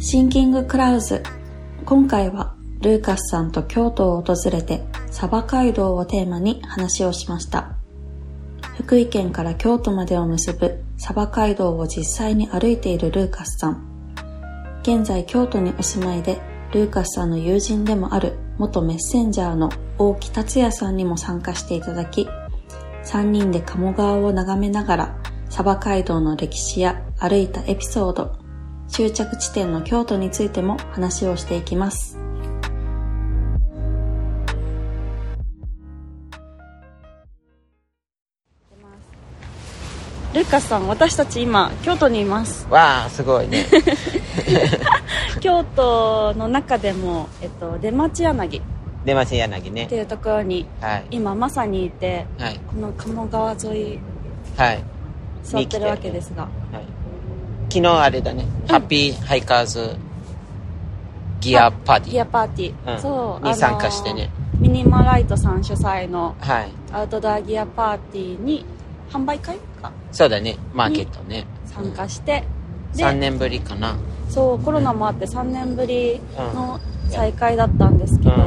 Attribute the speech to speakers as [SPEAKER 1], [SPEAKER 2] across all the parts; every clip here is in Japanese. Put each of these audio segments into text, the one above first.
[SPEAKER 1] シンキングクラウズ。今回はルーカスさんと京都を訪れてサバ街道をテーマに話をしました。福井県から京都までを結ぶサバ街道を実際に歩いているルーカスさん。現在京都にお住まいで、ルーカスさんの友人でもある元メッセンジャーの大木達也さんにも参加していただき、3人で鴨川を眺めながら、サバ街道の歴史や歩いたエピソード、終着地点の京都についても話をしていきます。ルーカスさん、私たち今、京都にいます。
[SPEAKER 2] わあ、すご いね。
[SPEAKER 1] 京都の中でも、えっと、出町柳。
[SPEAKER 2] 出町柳ね。
[SPEAKER 1] っていうところに、
[SPEAKER 2] はい、
[SPEAKER 1] 今まさにいて、
[SPEAKER 2] はい、
[SPEAKER 1] この鴨川沿い、
[SPEAKER 2] はい、
[SPEAKER 1] 座ってるわけですが。はい、
[SPEAKER 2] 昨日あれだね、うん、ハッピーハイカーズギアパーティー。。
[SPEAKER 1] ギアパーティー。うん、そう
[SPEAKER 2] に参加してね。
[SPEAKER 1] ミニマライトさん主催の、
[SPEAKER 2] はい、
[SPEAKER 1] アウトドアギアパーティーに、販売会か
[SPEAKER 2] そうだねマーケットね
[SPEAKER 1] 参加して、
[SPEAKER 2] うん、3年ぶりかな
[SPEAKER 1] そうコロナもあって3年ぶりの再会だったんですけど、う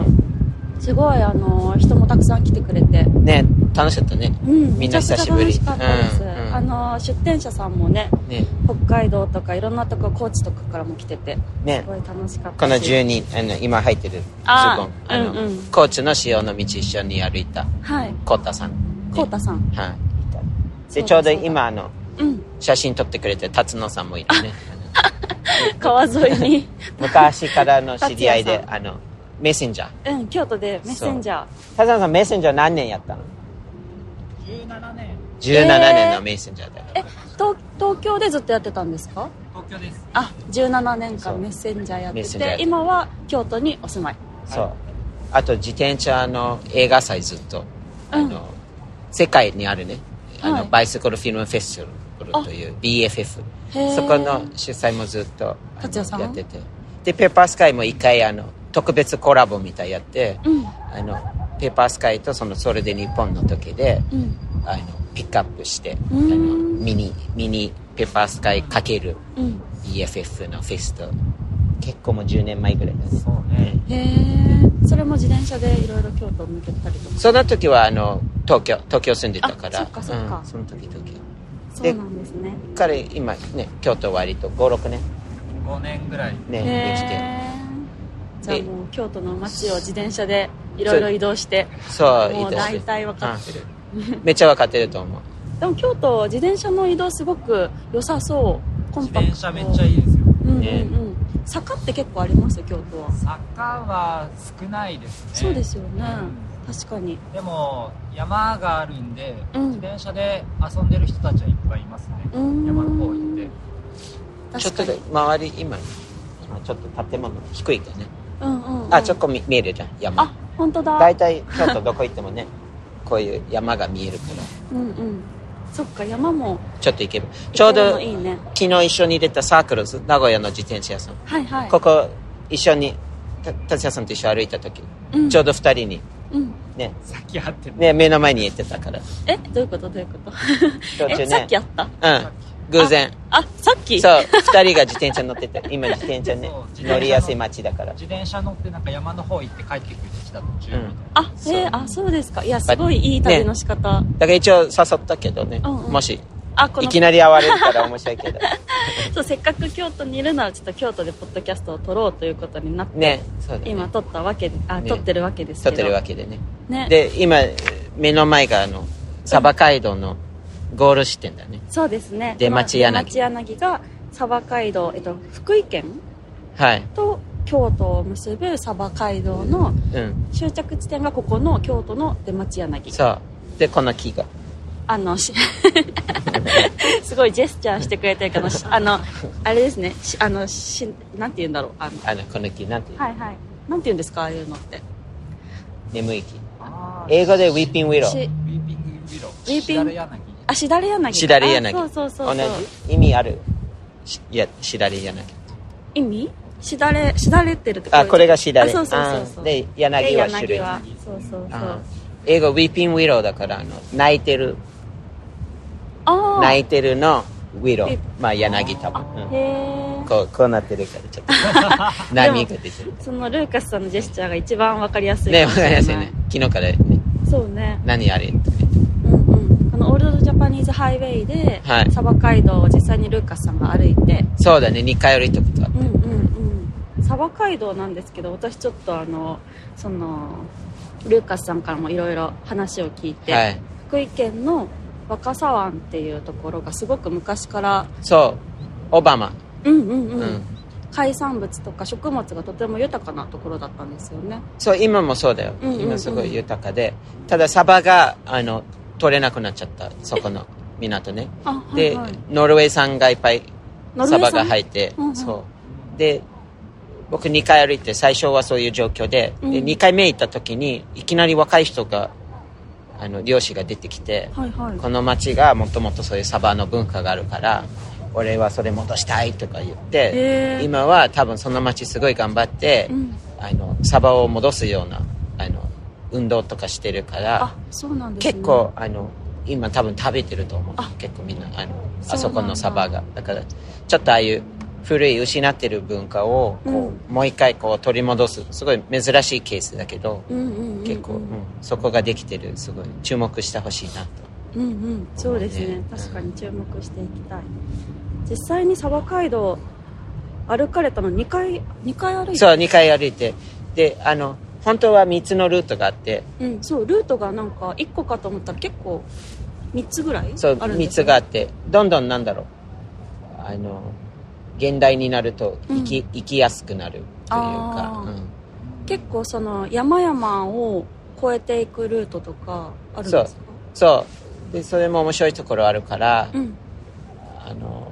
[SPEAKER 1] ん、すごいあの人もたくさん来てくれて
[SPEAKER 2] ね楽しかったね、
[SPEAKER 1] うん、
[SPEAKER 2] みんな久しぶり
[SPEAKER 1] 楽しかったです、うん、あの出店者さんもね、
[SPEAKER 2] ね、
[SPEAKER 1] 北海道とかいろんなとこ高知とかからも来てて、
[SPEAKER 2] ね、
[SPEAKER 1] すごい楽しかった
[SPEAKER 2] この10人あの今入ってるズボンあ
[SPEAKER 1] の、うんうん、
[SPEAKER 2] 高知の潮の道一緒に歩いた、
[SPEAKER 1] はい、
[SPEAKER 2] コータさん、ね、
[SPEAKER 1] コータさん
[SPEAKER 2] はいでちょうど今あの、うん、写真撮ってくれて辰野さんもいる ね
[SPEAKER 1] 川沿い に
[SPEAKER 2] 昔からの知り合いであのメッセンジャ
[SPEAKER 1] ーうん京都でメッセンジャー
[SPEAKER 2] 辰野さんメッセンジャー何年やったの
[SPEAKER 3] 17年
[SPEAKER 2] 17年のメッセンジャーだよ、
[SPEAKER 1] えー、東東京でずっとやってたんですか
[SPEAKER 3] 東京です
[SPEAKER 1] あ17年間メッセンジャーやってて今は京都にお住まい
[SPEAKER 2] そう、はい、あと自転車の映画祭ずっと、うん、あの、世界にあるねあの、はい、バイスコルフィルムフェスティバルという BFF そこの主催もずっとやっててでペーパースカイも一回あの特別コラボみたいやって、
[SPEAKER 1] うん、
[SPEAKER 2] あのペーパースカイとそのそれで日本の時で、
[SPEAKER 1] うん、
[SPEAKER 2] あのピックアップしてあのミニミニペーパースカイかける BFF のフェスト、うん、結構もう10年前ぐらいだね
[SPEAKER 3] そう
[SPEAKER 1] ねへえそれも自転車でいろいろ京都を抜けたりとか
[SPEAKER 2] その時はあの東京東京住んでたから
[SPEAKER 1] そっかそっか、
[SPEAKER 2] うん、その時東京
[SPEAKER 1] そうなんですね
[SPEAKER 2] 彼今ね京都割と56年
[SPEAKER 3] 5年ぐらい
[SPEAKER 1] で
[SPEAKER 2] ね
[SPEAKER 1] きてじゃあもう京都の街を自転車でいろいろ移動して
[SPEAKER 2] そう
[SPEAKER 1] もう大体分かってる、
[SPEAKER 2] うん、めっちゃ分かってる と思う
[SPEAKER 1] でも京都自転車の移動すごく良さそう
[SPEAKER 3] コンパクト自転車めっちゃいいですよ、
[SPEAKER 1] うんうんうん、ね坂って結構あります京都は
[SPEAKER 3] 坂は少ないですね
[SPEAKER 1] そうですよね、うん、確かに
[SPEAKER 3] でも山があるんで、
[SPEAKER 1] うん、
[SPEAKER 3] 自転車で遊んでる人たちはいっぱいいますね山の方行って
[SPEAKER 2] ちょっとで周り今ちょっと建物低いけどね、
[SPEAKER 1] うんうんうん、
[SPEAKER 2] あちょっと見えるじゃん山
[SPEAKER 1] あ本当だ
[SPEAKER 2] 大体京都どこ行ってもねこういう山が見えるから
[SPEAKER 1] うんうんそっか山も
[SPEAKER 2] ちょっと行けばちょうど
[SPEAKER 1] いい、ね、
[SPEAKER 2] 昨日一緒に出たサークルズ名古屋の自転車屋さん、
[SPEAKER 1] はいはい、
[SPEAKER 2] ここ一緒に達也さんと一緒に歩いた時、うん、ちょうど二人に、
[SPEAKER 1] うん、
[SPEAKER 2] ね
[SPEAKER 3] さっき会って
[SPEAKER 2] ね目の前に行ってたから
[SPEAKER 1] えどういうことどういうこと途中、ね、さっき会った
[SPEAKER 2] うん偶然
[SPEAKER 1] あさっき
[SPEAKER 2] そう二人が自転車乗ってて今自転車ね乗りやすい街だから
[SPEAKER 3] 自転車乗ってなんか山の方行って帰ってきた途中みたいな、うん、
[SPEAKER 1] あえー、あそうですかいやすごいいい旅の仕方、
[SPEAKER 2] ね、だから一応誘ったけどね、うんうん、もしいきなり会われるから面白いけ ど
[SPEAKER 1] そうせっかく京都にいるならちょっと京都でポッドキャストを撮ろうということになって、
[SPEAKER 2] ね
[SPEAKER 1] ね、今撮ったわけあ、ね、撮ってるわけです
[SPEAKER 2] け撮ってるわけでね
[SPEAKER 1] ね
[SPEAKER 2] で今目の前があのサバ街道の、うんゴール地点だね
[SPEAKER 1] そうですね
[SPEAKER 2] 出町
[SPEAKER 1] 出
[SPEAKER 2] 柳
[SPEAKER 1] 町柳が鯖街道、えっと、福井県、
[SPEAKER 2] はい、
[SPEAKER 1] と京都を結ぶ鯖街道の終着地点がここの京都の出町柳
[SPEAKER 2] そうでこの木が
[SPEAKER 1] あの すごいジェスチャーしてくれてるけどあのあれですねあのしなんて言うんだろうあの
[SPEAKER 2] あのこの木なんて
[SPEAKER 1] 言うはいはいなんて言うんですかああいうのって
[SPEAKER 2] 眠い木英語でウィーピンウィローウィー
[SPEAKER 3] ピンウィローウィーピン柳
[SPEAKER 1] あ、しだれ柳。
[SPEAKER 2] しだれ柳。
[SPEAKER 1] そうそうそう
[SPEAKER 2] 同じ意味ある。しいや、しだれ柳。
[SPEAKER 1] 意味しだれ、しだれてるってこと
[SPEAKER 2] あ、これがしだれ。
[SPEAKER 1] そうそうそうそう。
[SPEAKER 2] で、柳は種類。
[SPEAKER 1] そうそうそう。
[SPEAKER 2] 英語、ウィーピンウィローだから、あの、泣いてる。
[SPEAKER 1] あ
[SPEAKER 2] 泣いてるの、ウィロー、まあ柳田も、うん
[SPEAKER 1] へえ
[SPEAKER 2] こうこうなってるからち ょっと波が出てる
[SPEAKER 1] そのルーカスさんのジェスチャーが一番わかりやすいか
[SPEAKER 2] ねわ
[SPEAKER 1] もし
[SPEAKER 2] か
[SPEAKER 1] れな
[SPEAKER 2] りやすいね昨日からね
[SPEAKER 1] そうね
[SPEAKER 2] 何あれってね
[SPEAKER 1] うんうんこのオールドジャパニーズハイウェイで、
[SPEAKER 2] はい
[SPEAKER 1] サバ街道を実際にルーカスさんが歩いて
[SPEAKER 2] そうだね2回降りたことある
[SPEAKER 1] うんうんうんサバ街道なんですけど私ちょっとあのそのルーカスさんからもいろいろ話を聞いて、
[SPEAKER 2] はい
[SPEAKER 1] 福井県の若狭湾っていうところがすごく昔から
[SPEAKER 2] そうオバマ
[SPEAKER 1] うんうん
[SPEAKER 2] う、
[SPEAKER 1] うんん、海産物とか食物がとても豊かなところだったんですよね
[SPEAKER 2] そう今もそうだよ、
[SPEAKER 1] うんうんうん
[SPEAKER 2] 今すごい豊かでただサバがあの取れなくなっちゃったそこの港ね
[SPEAKER 1] あは
[SPEAKER 2] で、
[SPEAKER 1] いはい
[SPEAKER 2] ノルウェー産がいっぱい
[SPEAKER 1] ノルウ
[SPEAKER 2] サ
[SPEAKER 1] ェー産
[SPEAKER 2] バが入って、
[SPEAKER 1] うんうん
[SPEAKER 2] そうで僕2回歩いて最初はそういう状況で,、
[SPEAKER 1] うん
[SPEAKER 2] で2回目行った時にいきなり若い人があの漁師が出てきて、
[SPEAKER 1] はいはい
[SPEAKER 2] この町がもともとそういうサバの文化があるから俺はそれ戻したいとか言っ
[SPEAKER 1] へ
[SPEAKER 2] て
[SPEAKER 1] ー
[SPEAKER 2] 今は多分その町すごい頑張って、
[SPEAKER 1] うん
[SPEAKER 2] あのサバを戻すようなあの運動とかしてるから
[SPEAKER 1] あそうなんですね
[SPEAKER 2] 結構あの今多分食べてると思う
[SPEAKER 1] あ
[SPEAKER 2] 結構みんなあの
[SPEAKER 1] そうなんだ
[SPEAKER 2] あそこのサバがだからちょっとああいう古い失ってる文化をこう、もう一回こう取り戻すすごい珍しいケースだけど、
[SPEAKER 1] うんうんうん
[SPEAKER 2] 結構、うんそこができてるすごい注目してほしいなと
[SPEAKER 1] うんうんそうですね
[SPEAKER 2] ね
[SPEAKER 1] 確かに注目していきたい実際に鯖街道歩かれたの2回二回歩いた
[SPEAKER 2] そう2回歩いてであの本当は3つのルートがあって
[SPEAKER 1] うん、そうルートがなんか1個かと思ったら結構3つぐらい
[SPEAKER 2] そう
[SPEAKER 1] あるん
[SPEAKER 2] 3
[SPEAKER 1] です
[SPEAKER 2] つ
[SPEAKER 1] ね
[SPEAKER 2] があってどんどんなんだろうあの現代になると行き,、行きやすくなるというか
[SPEAKER 1] あ、ー
[SPEAKER 2] うん
[SPEAKER 1] 結構その山々を越えていくルートとかあるんですか
[SPEAKER 2] そうでそれも面白いところあるから、
[SPEAKER 1] うん
[SPEAKER 2] あの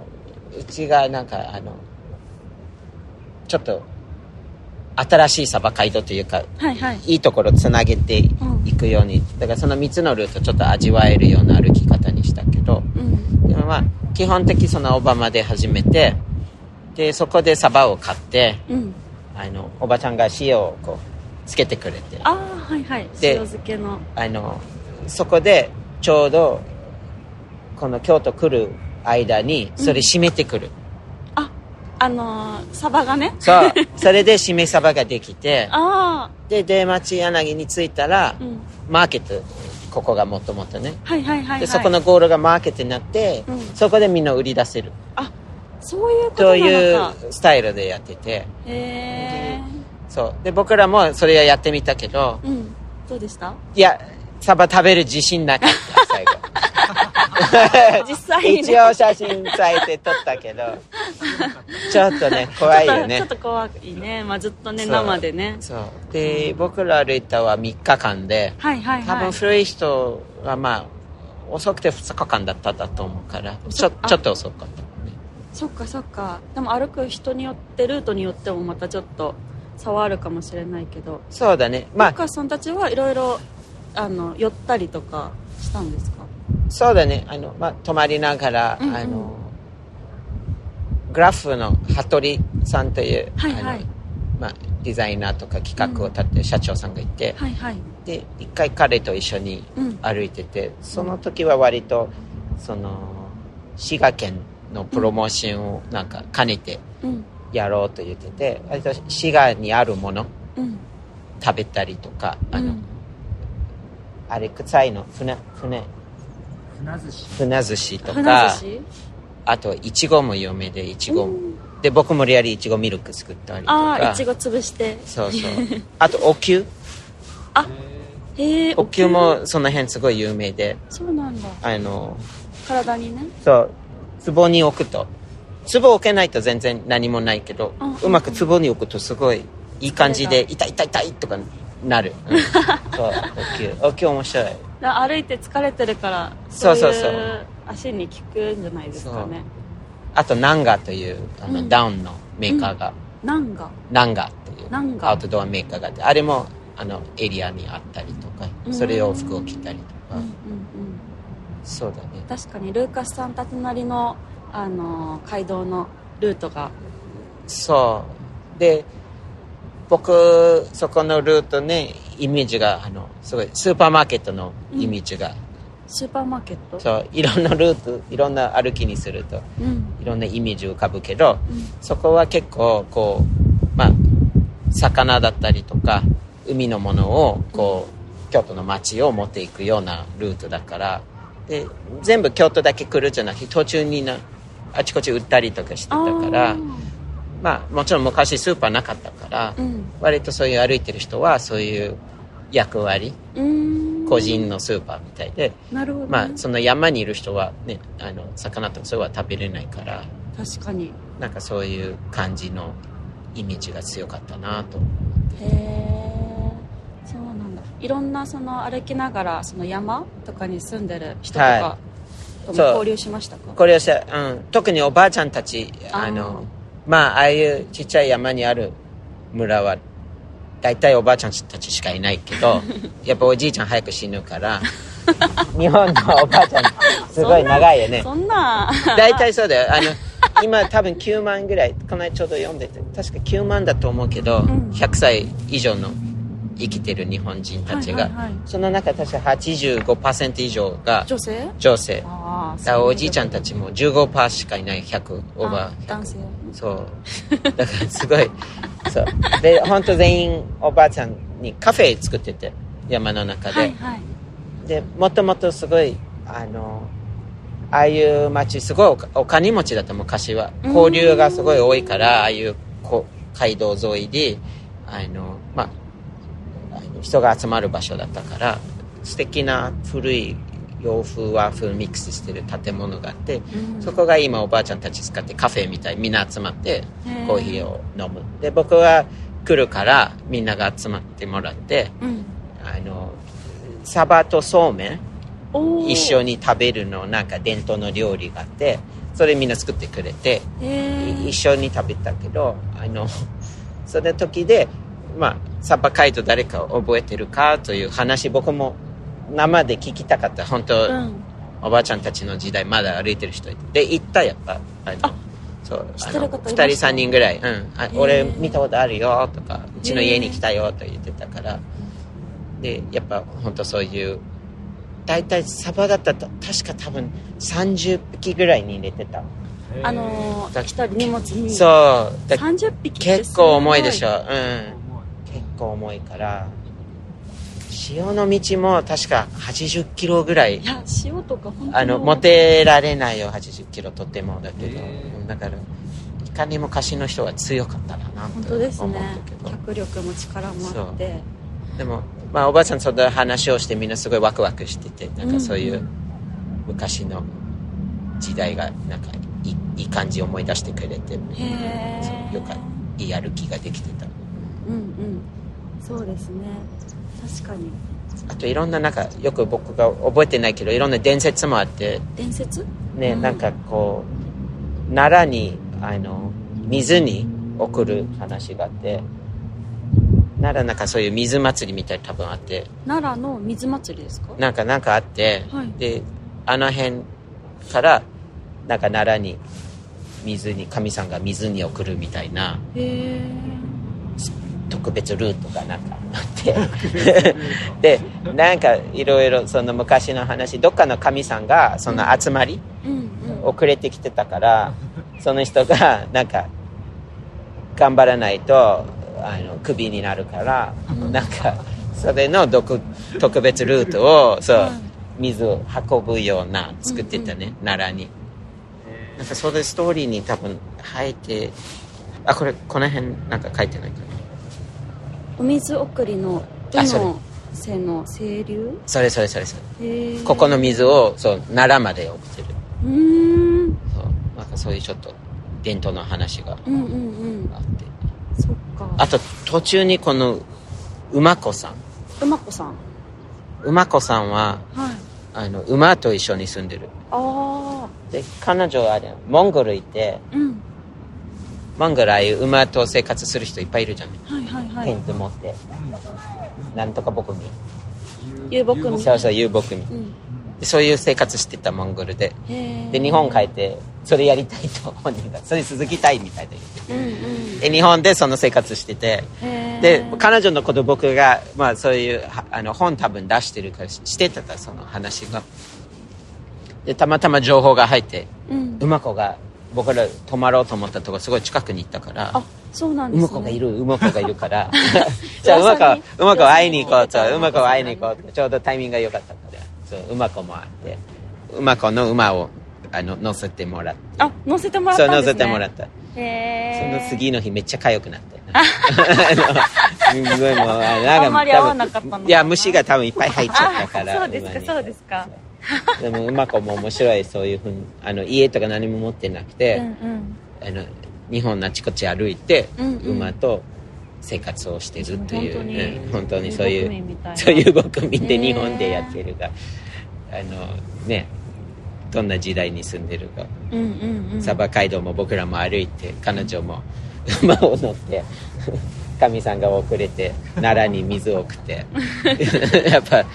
[SPEAKER 2] うちがなんかあのちょっと新しいサバ街道というか
[SPEAKER 1] はいはい
[SPEAKER 2] いいところつなげていくように、だからその3つのルートちょっと味わえるような歩き方にしたけど
[SPEAKER 1] うん
[SPEAKER 2] でもまあ基本的そのオバマで始めてでそこでサバを買って
[SPEAKER 1] うん
[SPEAKER 2] あのおばちゃんが塩をこうつけてくれて
[SPEAKER 1] ああはいはい
[SPEAKER 2] で
[SPEAKER 1] 塩漬けの
[SPEAKER 2] あのそこでちょうどこの京都来る間にそれ締めてく る、
[SPEAKER 1] ああのー、サバがね
[SPEAKER 2] そうそれで締めサバができて
[SPEAKER 1] あ
[SPEAKER 2] で出町柳に着いたら、
[SPEAKER 1] あうん
[SPEAKER 2] マーケットここがもともとね
[SPEAKER 1] はいはいはい、はい、
[SPEAKER 2] でそこのゴールがマーケットになって、
[SPEAKER 1] うん
[SPEAKER 2] そこでみんな売り出せる
[SPEAKER 1] あそういうことなの
[SPEAKER 2] と
[SPEAKER 1] か
[SPEAKER 2] いうスタイルでやってて
[SPEAKER 1] へえ
[SPEAKER 2] そうで僕らもそれはやってみたけど
[SPEAKER 1] うんどうでした
[SPEAKER 2] いやサバ食べる自信なかった最後
[SPEAKER 1] 実際に、ね、
[SPEAKER 2] 一応写真伝えて撮ったけどちょっとね怖いよ
[SPEAKER 1] ち
[SPEAKER 2] ね
[SPEAKER 1] ょっと 怖いね、まあ、ずっとね
[SPEAKER 2] そう
[SPEAKER 1] 生でね
[SPEAKER 2] そうで僕ら歩いたは3日間で
[SPEAKER 1] はいはい
[SPEAKER 2] 多
[SPEAKER 1] はい
[SPEAKER 2] 分古い人はまあ遅くて2日間だっただと思うからち
[SPEAKER 1] そ
[SPEAKER 2] ょ
[SPEAKER 1] っか
[SPEAKER 2] ちょっと遅かったね
[SPEAKER 1] そっかそっかでも歩く人によってルートによってもまたちょっと差はあるかもしれないけど
[SPEAKER 2] そうだね
[SPEAKER 1] ま
[SPEAKER 2] ま
[SPEAKER 1] あ、お
[SPEAKER 2] あ
[SPEAKER 1] 母さんたちはいろいろあの寄ったりとかしたんですか
[SPEAKER 2] そうだねあの、まあ、泊まりながら、
[SPEAKER 1] うんうん
[SPEAKER 2] あのグラフの羽鳥さんという、
[SPEAKER 1] はいはい
[SPEAKER 2] あのまあ、デザイナーとか企画を立ってる社長さんがいて、
[SPEAKER 1] はいはい
[SPEAKER 2] で一回彼と一緒に
[SPEAKER 1] うん
[SPEAKER 2] 歩いてて、その時は割とその滋賀県のプロモーションをなんか兼ねて
[SPEAKER 1] うん
[SPEAKER 2] やろうと言ってて割と滋賀にあるもの
[SPEAKER 1] うん
[SPEAKER 2] 食べたりとかあの、
[SPEAKER 1] うん
[SPEAKER 2] あれ臭いの船船
[SPEAKER 3] 船寿司
[SPEAKER 2] 船寿司と
[SPEAKER 1] 船
[SPEAKER 2] か
[SPEAKER 1] 寿司
[SPEAKER 2] あといちごも有名でいちご
[SPEAKER 1] うん
[SPEAKER 2] で僕無理やりいちごミルク作ったりと
[SPEAKER 1] ああ
[SPEAKER 2] か
[SPEAKER 1] いちご潰して
[SPEAKER 2] そうそうあとお灸
[SPEAKER 1] へえ
[SPEAKER 2] お灸もその辺すごい有名で
[SPEAKER 1] そうなんだ
[SPEAKER 2] あの
[SPEAKER 1] 体にね
[SPEAKER 2] そう壺に置くと壺を置けないと全然何もないけど
[SPEAKER 1] うん
[SPEAKER 2] うまく壺に置くとすごいいい感じで
[SPEAKER 1] 疲
[SPEAKER 2] 痛い痛い痛いとかなる、うんそうお灸お灸面白い
[SPEAKER 1] だ歩いて疲れてるから
[SPEAKER 2] そうそうそう
[SPEAKER 1] いう足に効くんじゃないですかね
[SPEAKER 2] あとナンガというあの、
[SPEAKER 1] うん
[SPEAKER 2] ダウンのメーカーが、
[SPEAKER 1] なんが
[SPEAKER 2] ナンガという
[SPEAKER 1] ナンガ
[SPEAKER 2] アウトドアメーカーがあってあれもあのエリアにあったりとか
[SPEAKER 1] うん
[SPEAKER 2] それを服を着たりと
[SPEAKER 1] うん
[SPEAKER 2] か、
[SPEAKER 1] うんうん
[SPEAKER 2] そうだね
[SPEAKER 1] 確かにルーカスさんたちなりの、あのー街道のルートが
[SPEAKER 2] そうで僕そこのルートねイメージがあのすごいスーパーマーケットのイメージが
[SPEAKER 1] スーパーマーケット
[SPEAKER 2] そういろんなルートいろんな歩きにすると
[SPEAKER 1] うん
[SPEAKER 2] いろんなイメージ浮かぶけど、
[SPEAKER 1] うん
[SPEAKER 2] そこは結構こうまあ魚だったりとか海のものをこう京都の街を持っていくようなルートだからで全部京都だけ来るじゃなくて途中になあちこち売ったりとかしてたから
[SPEAKER 1] あー
[SPEAKER 2] まあもちろん昔スーパーなかったから、
[SPEAKER 1] うん
[SPEAKER 2] 割とそういう歩いてる人はそういう役割
[SPEAKER 1] うーん
[SPEAKER 2] 個人のスーパーみたいで、
[SPEAKER 1] なるほどね、
[SPEAKER 2] まあその山にいる人はねあの魚とかそういうのは食べれないから
[SPEAKER 1] 確かに
[SPEAKER 2] なんかそういう感じのイメージが強かったなと
[SPEAKER 1] へえそうなんだいろんなその歩きながらその山とかに住んでる人とか
[SPEAKER 2] は
[SPEAKER 1] とも
[SPEAKER 2] そう
[SPEAKER 1] 交流しましたか、
[SPEAKER 2] これはさ、うん、特におばあちゃんたち
[SPEAKER 1] あー
[SPEAKER 2] あのまあああいうちっちゃい山にある村は大体おばあちゃんたちしかいないけ どやっぱおじいちゃん早く死ぬから日本のおばあちゃんすごい長いよね
[SPEAKER 1] そん な
[SPEAKER 2] 大体そうだよあの今多分9万ぐらいこの間ちょうど読んでて確か9万だと思うけど、
[SPEAKER 1] ん
[SPEAKER 2] 100歳以上の生きてる日本人たちが、
[SPEAKER 1] はいはいはい
[SPEAKER 2] その中確か85%以上が
[SPEAKER 1] 女性
[SPEAKER 2] 女性だか
[SPEAKER 1] ああ
[SPEAKER 2] らおじいちゃんたちも15%しかいない100オーバー
[SPEAKER 1] 男性
[SPEAKER 2] そうだからすごいそうで本当全員おばあちゃんにカフェ作ってて山の中で、
[SPEAKER 1] はいはい
[SPEAKER 2] でもともとすごいあのああいう町すごいおお金持ちだった昔は
[SPEAKER 1] うん
[SPEAKER 2] 交流がすごい多いからああいうこ街道沿いであの、まあ、あの人が集まる場所だったから素敵な古い洋風和風ミックスしてる建物があって、
[SPEAKER 1] うん
[SPEAKER 2] そこが今おばあちゃんたち使ってカフェみたいみんな集まって
[SPEAKER 1] へー
[SPEAKER 2] コーヒーを飲むで僕は来るからみんなが集まってもらって
[SPEAKER 1] うん
[SPEAKER 2] あのサバとそうめん
[SPEAKER 1] おー
[SPEAKER 2] 一緒に食べるのなんか伝統の料理があってそれみんな作ってくれて、
[SPEAKER 1] へ
[SPEAKER 2] い
[SPEAKER 1] え
[SPEAKER 2] 一緒に食べたけどあのその時でまあサバカイト誰か覚えてるかという話僕も生で聞きたかった本当、
[SPEAKER 1] うん
[SPEAKER 2] おばあちゃんたちの時代まだ歩いてる人いてで行ったやっぱあのそう
[SPEAKER 1] 知
[SPEAKER 2] あ
[SPEAKER 1] ってる
[SPEAKER 2] の
[SPEAKER 1] 方いま
[SPEAKER 2] 2
[SPEAKER 1] し
[SPEAKER 2] 人
[SPEAKER 1] た
[SPEAKER 2] 3人ぐらい、うん、あ
[SPEAKER 1] ー
[SPEAKER 2] 俺見たことあるよとかうちの
[SPEAKER 1] へ
[SPEAKER 2] 家
[SPEAKER 1] ー
[SPEAKER 2] に来たよと言ってたからでやっぱ本当そういう大体サバだったらた確か多分30匹ぐらいに入れてた、
[SPEAKER 1] あのー、
[SPEAKER 2] だ
[SPEAKER 1] 一人荷物に
[SPEAKER 2] そうだ
[SPEAKER 1] 30匹って
[SPEAKER 2] 結構重いでしょ、
[SPEAKER 1] す
[SPEAKER 2] うん、結構重いから潮の道も確か80キロぐらい
[SPEAKER 1] ごいいや塩とか本当に
[SPEAKER 2] あの持てられないよ80キロとてもだけど、だからいかにも昔の人は強かったな
[SPEAKER 1] 本
[SPEAKER 2] と
[SPEAKER 1] 当
[SPEAKER 2] 思
[SPEAKER 1] で
[SPEAKER 2] う
[SPEAKER 1] すね
[SPEAKER 2] けど
[SPEAKER 1] 脚力も力もあって
[SPEAKER 2] でも、まあ、おばあちゃんとそんな話をしてみんなすごいワクワクしててなん
[SPEAKER 1] うん
[SPEAKER 2] かそういう昔の時代がなんかいいいい感じ思い出してくれて
[SPEAKER 1] へえ
[SPEAKER 2] よかったいいやる気ができてた
[SPEAKER 1] うんうんそうですね確かに
[SPEAKER 2] あといろんななんかよく僕が覚えてないけどいろんな伝説もあって
[SPEAKER 1] 伝説
[SPEAKER 2] ね、
[SPEAKER 1] うん
[SPEAKER 2] なんかこう奈良にあの水に送る話があって奈良なんかそういう水祭りみたいなの多分あって
[SPEAKER 1] 奈良の水祭りですか
[SPEAKER 2] なんかなんかあって、
[SPEAKER 1] はい
[SPEAKER 2] であの辺からなんか奈良に水に神さんが水に送るみたいな
[SPEAKER 1] へえ
[SPEAKER 2] 特別ルートがなんかあって でなんかいろいろその昔の話どっかの神さんがその集まり、
[SPEAKER 1] うんうん
[SPEAKER 2] 遅れてきてたからその人がなんか頑張らないとあのクビになるから、なんかそれの独特別ルートをそう、水を運ぶような作ってたね、奈良になんかそれストーリーに多分入ってあこれこの辺なんか書いてないかな
[SPEAKER 1] お水送りのど
[SPEAKER 2] あそれ
[SPEAKER 1] のせの清流
[SPEAKER 2] それそれそれそれ
[SPEAKER 1] へえ
[SPEAKER 2] ここの水をそう奈良まで送ってる
[SPEAKER 1] うーん
[SPEAKER 2] そうなんかそういうちょっと伝統の話が
[SPEAKER 1] うんうんうん
[SPEAKER 2] あって。
[SPEAKER 1] そっか
[SPEAKER 2] あと途中にこの馬子さん
[SPEAKER 1] 馬子さん
[SPEAKER 2] 馬子さんは
[SPEAKER 1] はい
[SPEAKER 2] あの馬と一緒に住んでる
[SPEAKER 1] ああ
[SPEAKER 2] で彼女はあれモンゴル行って
[SPEAKER 1] うん
[SPEAKER 2] モンゴルああいう馬と生活する人いっぱいいるじゃん、
[SPEAKER 1] はいはいは
[SPEAKER 2] テ
[SPEAKER 1] い
[SPEAKER 2] ント持ってなんとか僕に
[SPEAKER 1] 遊牧民
[SPEAKER 2] そうそう遊牧民
[SPEAKER 1] うん
[SPEAKER 2] そういう生活してたモンゴルで。で、日本帰って、それやりたいと本人が、それ続きたいみたいな言って
[SPEAKER 1] うんうん
[SPEAKER 2] で、日本でその生活してて、
[SPEAKER 1] へー
[SPEAKER 2] で、彼女のこと僕が、まあそういう、はあの、本多分出してるからししてたから、その話が。で、たまたま情報が入って、
[SPEAKER 1] うん
[SPEAKER 2] 馬子が、僕ら泊まろうと思ったとこ、すごい近くに行ったから、
[SPEAKER 1] あそうなんで
[SPEAKER 2] う
[SPEAKER 1] すね
[SPEAKER 2] ま子がいる、うま子がい るから。じゃあ、うま
[SPEAKER 1] 噂
[SPEAKER 2] 子は
[SPEAKER 1] に、
[SPEAKER 2] うま子は会いに行こう
[SPEAKER 1] 噂に
[SPEAKER 2] と、うま子は会いに行こうと、ちょうどタイミングが良かったから、そう、うま子も会って、うま子の馬を、あの、乗せてもらって、
[SPEAKER 1] あ乗せてもらっ
[SPEAKER 2] そ
[SPEAKER 1] た
[SPEAKER 2] う、
[SPEAKER 1] んです、ね、
[SPEAKER 2] 乗せてもらった。そ
[SPEAKER 1] へ
[SPEAKER 2] の
[SPEAKER 1] ー
[SPEAKER 2] 次の日めっちゃ痒く なって。あのすんごいもう、あの
[SPEAKER 1] あんまり合わなかったのかない
[SPEAKER 2] や、虫が多分いっぱい入っちゃったから。
[SPEAKER 1] あそうですか
[SPEAKER 2] 馬に
[SPEAKER 1] そうですか。
[SPEAKER 2] そうでも、うま子も面白い、そういうふうに、あの、家とか何も持ってなくて、
[SPEAKER 1] うんうん
[SPEAKER 2] あの日本のあちこち歩いて、
[SPEAKER 1] うんうん
[SPEAKER 2] 馬と生活をしてるっていう
[SPEAKER 1] 本当に
[SPEAKER 2] うん本当にそうい
[SPEAKER 1] 遊牧民み
[SPEAKER 2] う
[SPEAKER 1] たいな
[SPEAKER 2] そういう国民で
[SPEAKER 1] ねえ
[SPEAKER 2] 日本でやってるが、あのねどんな時代に住んでるか、
[SPEAKER 1] うんうんうん
[SPEAKER 2] サバ街道も僕らも歩いて彼女も 馬を乗ってかみさんが遅れて奈良に水を送って やっぱ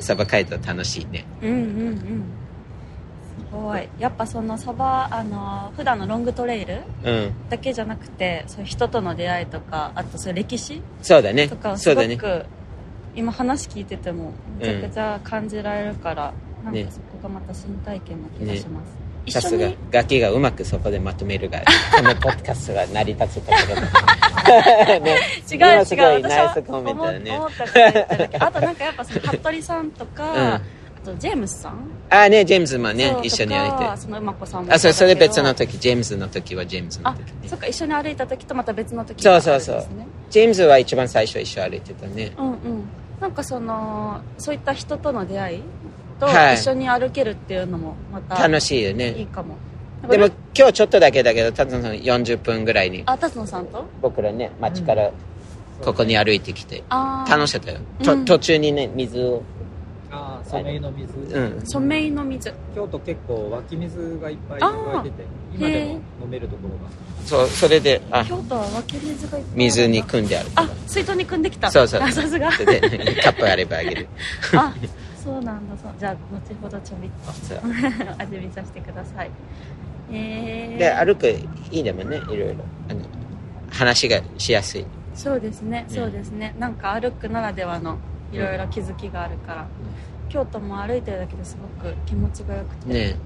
[SPEAKER 2] サバ街道楽しいね
[SPEAKER 1] うんうんうんすごいやっぱそのサバあの普段のロングトレイル
[SPEAKER 2] うん
[SPEAKER 1] だけじゃなくてそういう人との出会いとかあとそういう歴史
[SPEAKER 2] そうだね
[SPEAKER 1] とかを
[SPEAKER 2] そ
[SPEAKER 1] す
[SPEAKER 2] う
[SPEAKER 1] ご
[SPEAKER 2] だ
[SPEAKER 1] く、
[SPEAKER 2] ね
[SPEAKER 1] 今話聞いててもめちゃくちゃ感じられるから、な
[SPEAKER 2] ね
[SPEAKER 1] んかそこがまた新体験な気がします、一
[SPEAKER 2] さ
[SPEAKER 1] 緒
[SPEAKER 2] すが
[SPEAKER 1] に
[SPEAKER 2] ガキがうまくそこでまとめるが このポッドキャストが成り立つところ だ、ね、
[SPEAKER 1] 違う違
[SPEAKER 2] 今すごいう
[SPEAKER 1] 私
[SPEAKER 2] ナイ
[SPEAKER 1] は
[SPEAKER 2] スコメントだね
[SPEAKER 1] 思思ったこと言ってるけど あとなんかやっぱその服部さんとか、
[SPEAKER 2] うん
[SPEAKER 1] あとジェームスさん
[SPEAKER 2] ああねジェームズもね
[SPEAKER 1] そう
[SPEAKER 2] 一緒に
[SPEAKER 1] と
[SPEAKER 2] 歩い
[SPEAKER 1] か
[SPEAKER 2] て
[SPEAKER 1] その馬子さんも
[SPEAKER 2] あそうそれ
[SPEAKER 1] だけど
[SPEAKER 2] 別の時ジェームズの時はジェームズの
[SPEAKER 1] あ
[SPEAKER 2] 時ね
[SPEAKER 1] そっか一緒に歩いた時とまた別の時
[SPEAKER 2] そう
[SPEAKER 1] が
[SPEAKER 2] そ
[SPEAKER 1] あ
[SPEAKER 2] う
[SPEAKER 1] るん
[SPEAKER 2] そ
[SPEAKER 1] で
[SPEAKER 2] う
[SPEAKER 1] すね
[SPEAKER 2] ジェームズは一番最初一緒歩いてたね
[SPEAKER 1] うんうんなんかそのそういった人との出会いと
[SPEAKER 2] はい
[SPEAKER 1] 一緒に歩けるっていうのもまた
[SPEAKER 2] 楽しいよ
[SPEAKER 1] いい
[SPEAKER 2] ね
[SPEAKER 1] かもなんか
[SPEAKER 2] でも今日ちょっとだけだけどただの40分ぐらいに
[SPEAKER 1] あ辰野さんと
[SPEAKER 2] 僕らね街からここに歩いてきて
[SPEAKER 1] ああ
[SPEAKER 2] 楽
[SPEAKER 1] し
[SPEAKER 2] しかったよ、
[SPEAKER 1] うん
[SPEAKER 2] と途中にね水を
[SPEAKER 3] ああ、ソメイの水。
[SPEAKER 2] うん
[SPEAKER 1] ソメイの水
[SPEAKER 3] 京都結構湧き水がいっぱい湧いてて、今でも飲めるところが。
[SPEAKER 2] そうそれであ
[SPEAKER 1] 京都は湧き水がいっぱいあるんだ
[SPEAKER 2] 水に汲んである
[SPEAKER 1] あ水筒に汲んできた
[SPEAKER 2] そうそう
[SPEAKER 1] あさすが
[SPEAKER 2] でカップあればあげる
[SPEAKER 1] あそうなんだそうじゃあ後ほどちょびっ と
[SPEAKER 2] そう
[SPEAKER 1] 味見させてくださいえー、
[SPEAKER 2] で歩くいいでもねいろいろあの話がしやすい
[SPEAKER 1] そうですね、
[SPEAKER 2] うん
[SPEAKER 1] そうですねなんか歩くならではのいろいろ気づきがあるから、京都も歩いてるだけですごく気持ちが良くて、
[SPEAKER 2] ね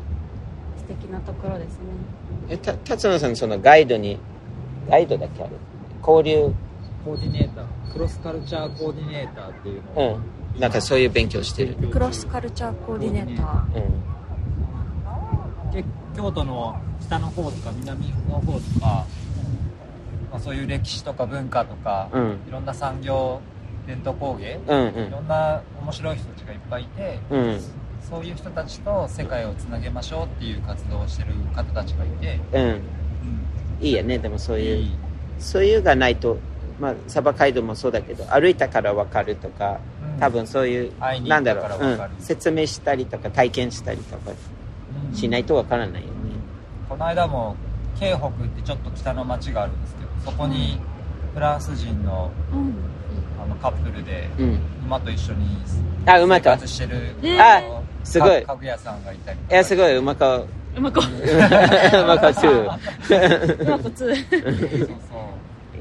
[SPEAKER 1] 素敵なところですね
[SPEAKER 2] えた辰野さんそのガイドにガイドだっけある交流
[SPEAKER 3] コーディネーター、クロスカルチャーコーディネーターっていうのを。
[SPEAKER 2] うんなんかそういう勉強してる
[SPEAKER 1] クロスカルチャーコーディネーター
[SPEAKER 2] うん
[SPEAKER 3] 結構京都の北の方とか南の方とか、まあ、そういう歴史とか文化とか、
[SPEAKER 2] うん
[SPEAKER 3] いろんな産業伝統工芸、
[SPEAKER 2] うん
[SPEAKER 3] いろんな面白い人たちがいっぱいいて
[SPEAKER 2] うんうん
[SPEAKER 3] そういう人たちと世界をつなげましょうっていう活動をしてる方たちがいて、
[SPEAKER 2] うんいいよねでもそういう、そういうがないとまあサバ街道もそうだけど歩いたから分かるとか
[SPEAKER 3] うん
[SPEAKER 2] 多分そういう、
[SPEAKER 3] 会いに行
[SPEAKER 2] なん
[SPEAKER 3] っ
[SPEAKER 2] だろ
[SPEAKER 3] たから
[SPEAKER 2] う、
[SPEAKER 3] 分かる
[SPEAKER 2] うん、説明したりとか体験したりとか
[SPEAKER 3] うん
[SPEAKER 2] しないと分からないよね
[SPEAKER 3] この間も京北ってちょっと北の町があるんですけどそこにフランス人の
[SPEAKER 1] うん
[SPEAKER 3] あのカップルで
[SPEAKER 2] うん
[SPEAKER 3] 馬と一緒に
[SPEAKER 2] あ馬
[SPEAKER 3] 生
[SPEAKER 2] と
[SPEAKER 3] 活してる、
[SPEAKER 1] え
[SPEAKER 2] ー
[SPEAKER 3] あの
[SPEAKER 2] すごい
[SPEAKER 3] か家具屋さんがいたりと
[SPEAKER 2] い
[SPEAKER 3] か
[SPEAKER 2] やすごいうまか
[SPEAKER 1] うまく
[SPEAKER 2] う まか2
[SPEAKER 1] うまく通
[SPEAKER 3] そうそう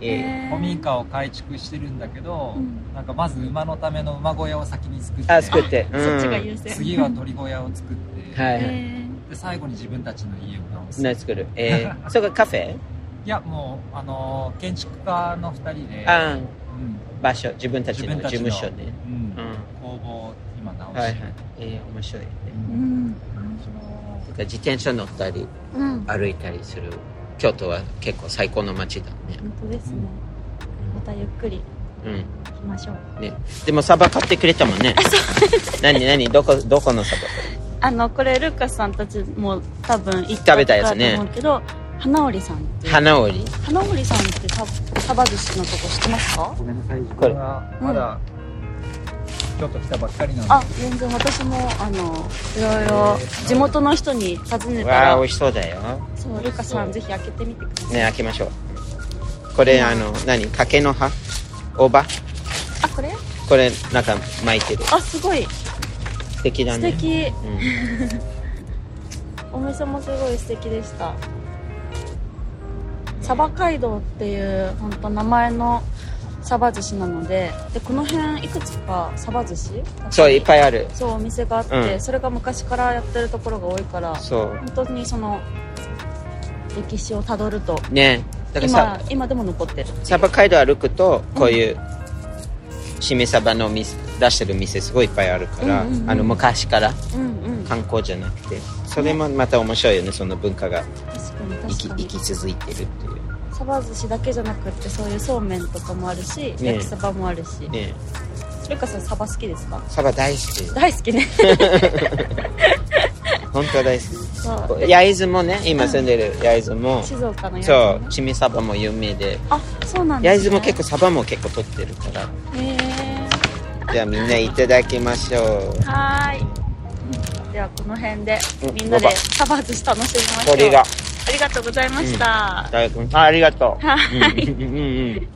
[SPEAKER 2] え
[SPEAKER 3] 古民家を改築してるんだけど、
[SPEAKER 1] うん
[SPEAKER 3] なんかまず馬のための馬小屋を先に作って
[SPEAKER 2] あ作って、うん、
[SPEAKER 1] そっちが優先
[SPEAKER 3] 次は鳥小屋を作って、
[SPEAKER 2] はい、はい、
[SPEAKER 1] え
[SPEAKER 3] で最後に自分たちの家を直す、
[SPEAKER 2] 何作るえー、それがカフェ
[SPEAKER 3] いやもうあのー建築家の2人で、
[SPEAKER 2] あー
[SPEAKER 3] うん
[SPEAKER 2] 場所自分たち
[SPEAKER 3] 自
[SPEAKER 2] の
[SPEAKER 3] 分
[SPEAKER 2] 事
[SPEAKER 3] たち
[SPEAKER 2] 務
[SPEAKER 3] の
[SPEAKER 2] 所ね
[SPEAKER 3] うん
[SPEAKER 2] うん
[SPEAKER 3] 工房を今直
[SPEAKER 2] はいは
[SPEAKER 3] し
[SPEAKER 2] い
[SPEAKER 3] てる、
[SPEAKER 2] えー、面白いね
[SPEAKER 3] う
[SPEAKER 1] ーうんん
[SPEAKER 2] てか自転車乗ったり
[SPEAKER 1] うん本
[SPEAKER 2] 歩いたりする京都は結構最高の街だね
[SPEAKER 1] 当ですねまたゆっくり
[SPEAKER 2] うん
[SPEAKER 1] 行きましょう
[SPEAKER 2] ねでもサバ買ってくれたもんね何何どこどこのサ
[SPEAKER 1] あのこれルーカスさんたちも多分行った
[SPEAKER 2] 食べたやつね
[SPEAKER 1] と思うけど花織さんっていう
[SPEAKER 2] バ花織
[SPEAKER 1] 花織さんってササバ寿司のとこ知ってますか
[SPEAKER 3] ごめんなさい自
[SPEAKER 2] これ
[SPEAKER 3] 分はまだ京都来たばっかりなので
[SPEAKER 1] あ全然私もあのいろいろ地元の人に尋ねた
[SPEAKER 2] わあ美
[SPEAKER 1] ら
[SPEAKER 2] 味しそうだよ
[SPEAKER 1] そうルカさんぜひ開けてみてください
[SPEAKER 2] ね開けましょうこれあの何竹の葉大葉
[SPEAKER 1] あこれ
[SPEAKER 2] これなんか巻いてる
[SPEAKER 1] あすごい
[SPEAKER 2] 素敵だ
[SPEAKER 1] 素
[SPEAKER 2] ね
[SPEAKER 1] 敵
[SPEAKER 2] うん
[SPEAKER 1] お店もすごい素敵でしたサバ街道っていう本当名前のサバ寿司なのででこの辺いくつかサバ寿司
[SPEAKER 2] そういっぱいある
[SPEAKER 1] そうお店があって、
[SPEAKER 2] うん
[SPEAKER 1] それが昔からやってるところが多いから
[SPEAKER 2] そう
[SPEAKER 1] 本当にその歴史をたどると
[SPEAKER 2] ねだから
[SPEAKER 1] 今
[SPEAKER 2] さ
[SPEAKER 1] 今でも残ってる
[SPEAKER 2] サバ街道歩くとこういうしめサバの店出してる店すごいいっぱいあるから、
[SPEAKER 1] うんうんうん
[SPEAKER 2] あの昔から
[SPEAKER 1] うんうん
[SPEAKER 2] 観光じゃなくてそれもまた面白いよねその文化が
[SPEAKER 1] 確かに確か
[SPEAKER 2] 生き生
[SPEAKER 1] に
[SPEAKER 2] き続いてるっていう
[SPEAKER 1] サバ寿司だけじゃなくってそういうそうめんとかもあるし、
[SPEAKER 2] ね
[SPEAKER 1] 焼きサバもあるし、
[SPEAKER 2] ね
[SPEAKER 1] ルカさんサバ好きですか
[SPEAKER 2] サバ大好き
[SPEAKER 1] 大好きね
[SPEAKER 2] 本当大好
[SPEAKER 1] そう
[SPEAKER 2] き焼津もね今住んでる焼津も、
[SPEAKER 1] 静岡のやつ、ね、
[SPEAKER 2] そうちみサバも有名で
[SPEAKER 1] あそうなんです、ね、
[SPEAKER 2] 焼津も結構サバも結構取ってるから
[SPEAKER 1] へえ
[SPEAKER 2] じゃあみんないただきましょう
[SPEAKER 1] はーいではこの辺で
[SPEAKER 2] うん
[SPEAKER 1] みんなで
[SPEAKER 2] バイバイ
[SPEAKER 1] サバ寿司楽しみましょう
[SPEAKER 2] これが
[SPEAKER 1] ありがとうございました、
[SPEAKER 2] 大君あありがとう
[SPEAKER 1] はい
[SPEAKER 2] うんうんうんうん